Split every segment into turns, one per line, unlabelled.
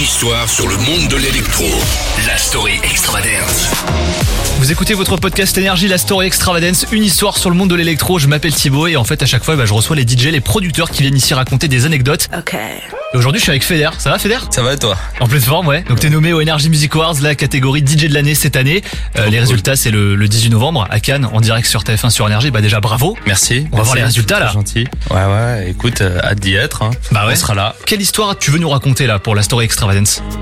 histoire sur le monde de l'électro. La story extra dance.
Vous écoutez votre podcast Énergie, la story extravagance, une histoire sur le monde de l'électro. Je m'appelle Thibaut et en fait, à chaque fois, bah, je reçois les DJ, les producteurs qui viennent ici raconter des anecdotes.
Ok.
Et aujourd'hui, je suis avec Feder. Ça va, Feder
Ça va et toi
En pleine forme, ouais. Donc, t'es nommé au Energy Music Awards, la catégorie DJ de l'année cette année. Euh, les résultats, c'est le, le 18 novembre à Cannes, en direct sur TF1 sur Énergie. Bah, déjà, bravo.
Merci.
On va voir
merci,
les résultats,
c'est
là.
très Gentil. Ouais ouais. Écoute, euh, hâte d'y être. hein.
Bah ouais.
On sera là.
Quelle histoire tu veux nous raconter là pour la story extravagance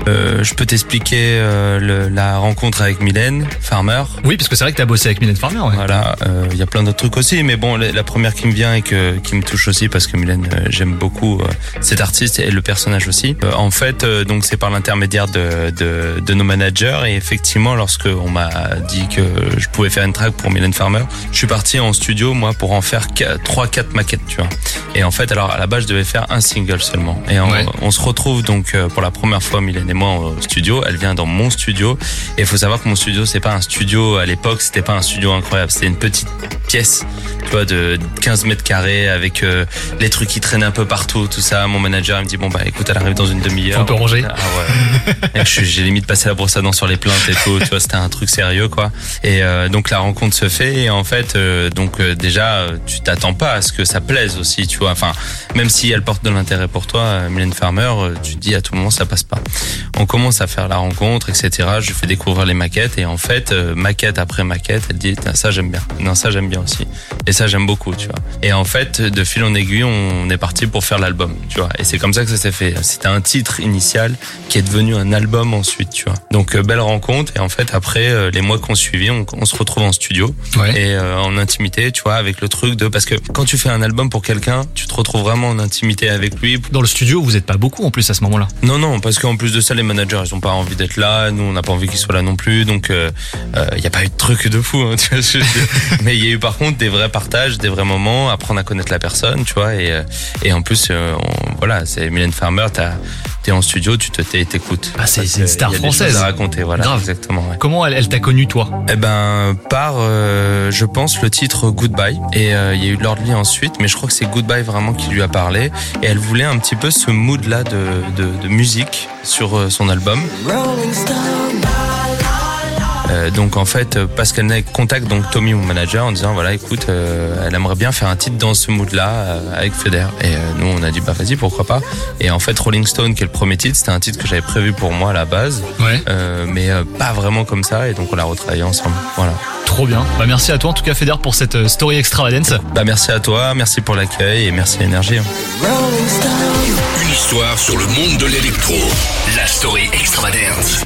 Euh, je peux t'expliquer euh, le- la rencontre avec Mylène Farmer.
Oui, parce que c'est vrai que t'as bossé avec Mylène Farmer, ouais.
Voilà, euh, il y a plein d'autres trucs aussi, mais bon, la, la première qui me vient et que, qui me touche aussi, parce que Mylène, euh, j'aime beaucoup euh, cet artiste et le personnage aussi. Euh, en fait, euh, donc c'est par l'intermédiaire de, de, de nos managers, et effectivement, lorsque on m'a dit que je pouvais faire une track pour Mylène Farmer, je suis parti en studio, moi, pour en faire 3-4 maquettes, tu vois. Et en fait, alors à la base, je devais faire un single seulement. Et on,
Ouais.
on se retrouve donc euh, pour la première fois, Mylène et moi, au studio. Elle vient dans mon studio. Et il faut savoir que mon studio, c'est pas un studio à l'époque, c'était pas un studio incroyable. C'était une petite pièce, tu vois, de 15 mètres carrés avec euh, les trucs qui traînent un peu partout, tout ça. Mon manager, il me dit, bon, bah écoute, elle arrive dans une demi-heure.
On peut ranger.
Ah ouais. Mec, je suis- J'ai limite passé la brosse à dents sur les plaintes et tout. Tu vois, c'était un truc sérieux, quoi. Et euh, donc la rencontre se fait. Et en fait, euh, donc euh, déjà, euh, tu t'attends pas à ce que ça plaise aussi, tu vois. Enfin, même si elle porte de l'intérêt pour toi, euh, Mylène Farmer, euh, tu te dis à tout moment ça passe pas. On commence à faire la rencontre, etc. Je lui fais découvrir les maquettes et en fait, euh, maquette après maquette, elle dit Tiens, ça j'aime bien, non ça j'aime bien aussi, et ça j'aime beaucoup, tu vois. Et en fait, de fil en aiguille, on est parti pour faire l'album, tu vois. Et c'est comme ça que ça s'est fait. C'était un titre initial qui est devenu un album ensuite, tu vois. Donc euh, belle rencontre et en fait après euh, les mois qu'on suivit, on, on se retrouve en studio
Ouais.
et euh, en intimité, tu vois, avec le truc de parce que quand tu fais un album pour quelqu'un, tu te retrouves vraiment en intimité avec lui
Dans le studio, vous êtes pas beaucoup en plus à ce moment-là.
non, non, parce qu'en plus de ça, les managers, ils ont pas envie d'être là. Nous, on n'a pas envie qu'ils soient là non plus. Donc, il euh, n'y a pas eu de truc de fou. hein, tu vois ce que je veux dire. Mais il y a eu par contre des vrais partages, des vrais moments, apprendre à connaître la personne, tu vois. Et, euh, et en plus, euh, on- voilà, c'est Mylène Farmer, t'as- t'es en studio, tu te t'é- t'écoutes.
Ah, c'est-
Parce
c'est une
que
star
y a des choses
française.
à raconter, voilà.
Grave.
Exactement. ouais.
Comment elle, elle t'a connu toi
Eh ben, par, euh, je pense, le titre Goodbye. Et euh, il y a eu Lordly ensuite, mais je crois que c'est Goodbye vraiment qui lui a parlé. Et elle voulait un petit peu ce mood-là de, de, de musique sur euh, son album. Euh, donc en fait, euh, parce qu'elle contacte donc Tommy, mon manager, en disant voilà, écoute, euh, elle aimerait bien faire un titre dans ce mood-là euh, avec Feder. Et euh, nous, on a dit bah vas-y, pourquoi pas. Et en fait, Rolling Stone, qui est le premier titre, c'était un titre que j'avais prévu pour moi à la base,
Ouais.
euh, mais euh, pas vraiment comme ça. Et donc on l'a retravaillé ensemble. Voilà.
Trop bien. Bah merci à toi en tout cas Feder pour cette euh, story extravagance.
Bah merci à toi, merci pour l'accueil et merci Énergie. hein.
Une histoire sur le monde de l'électro. La story extra dance.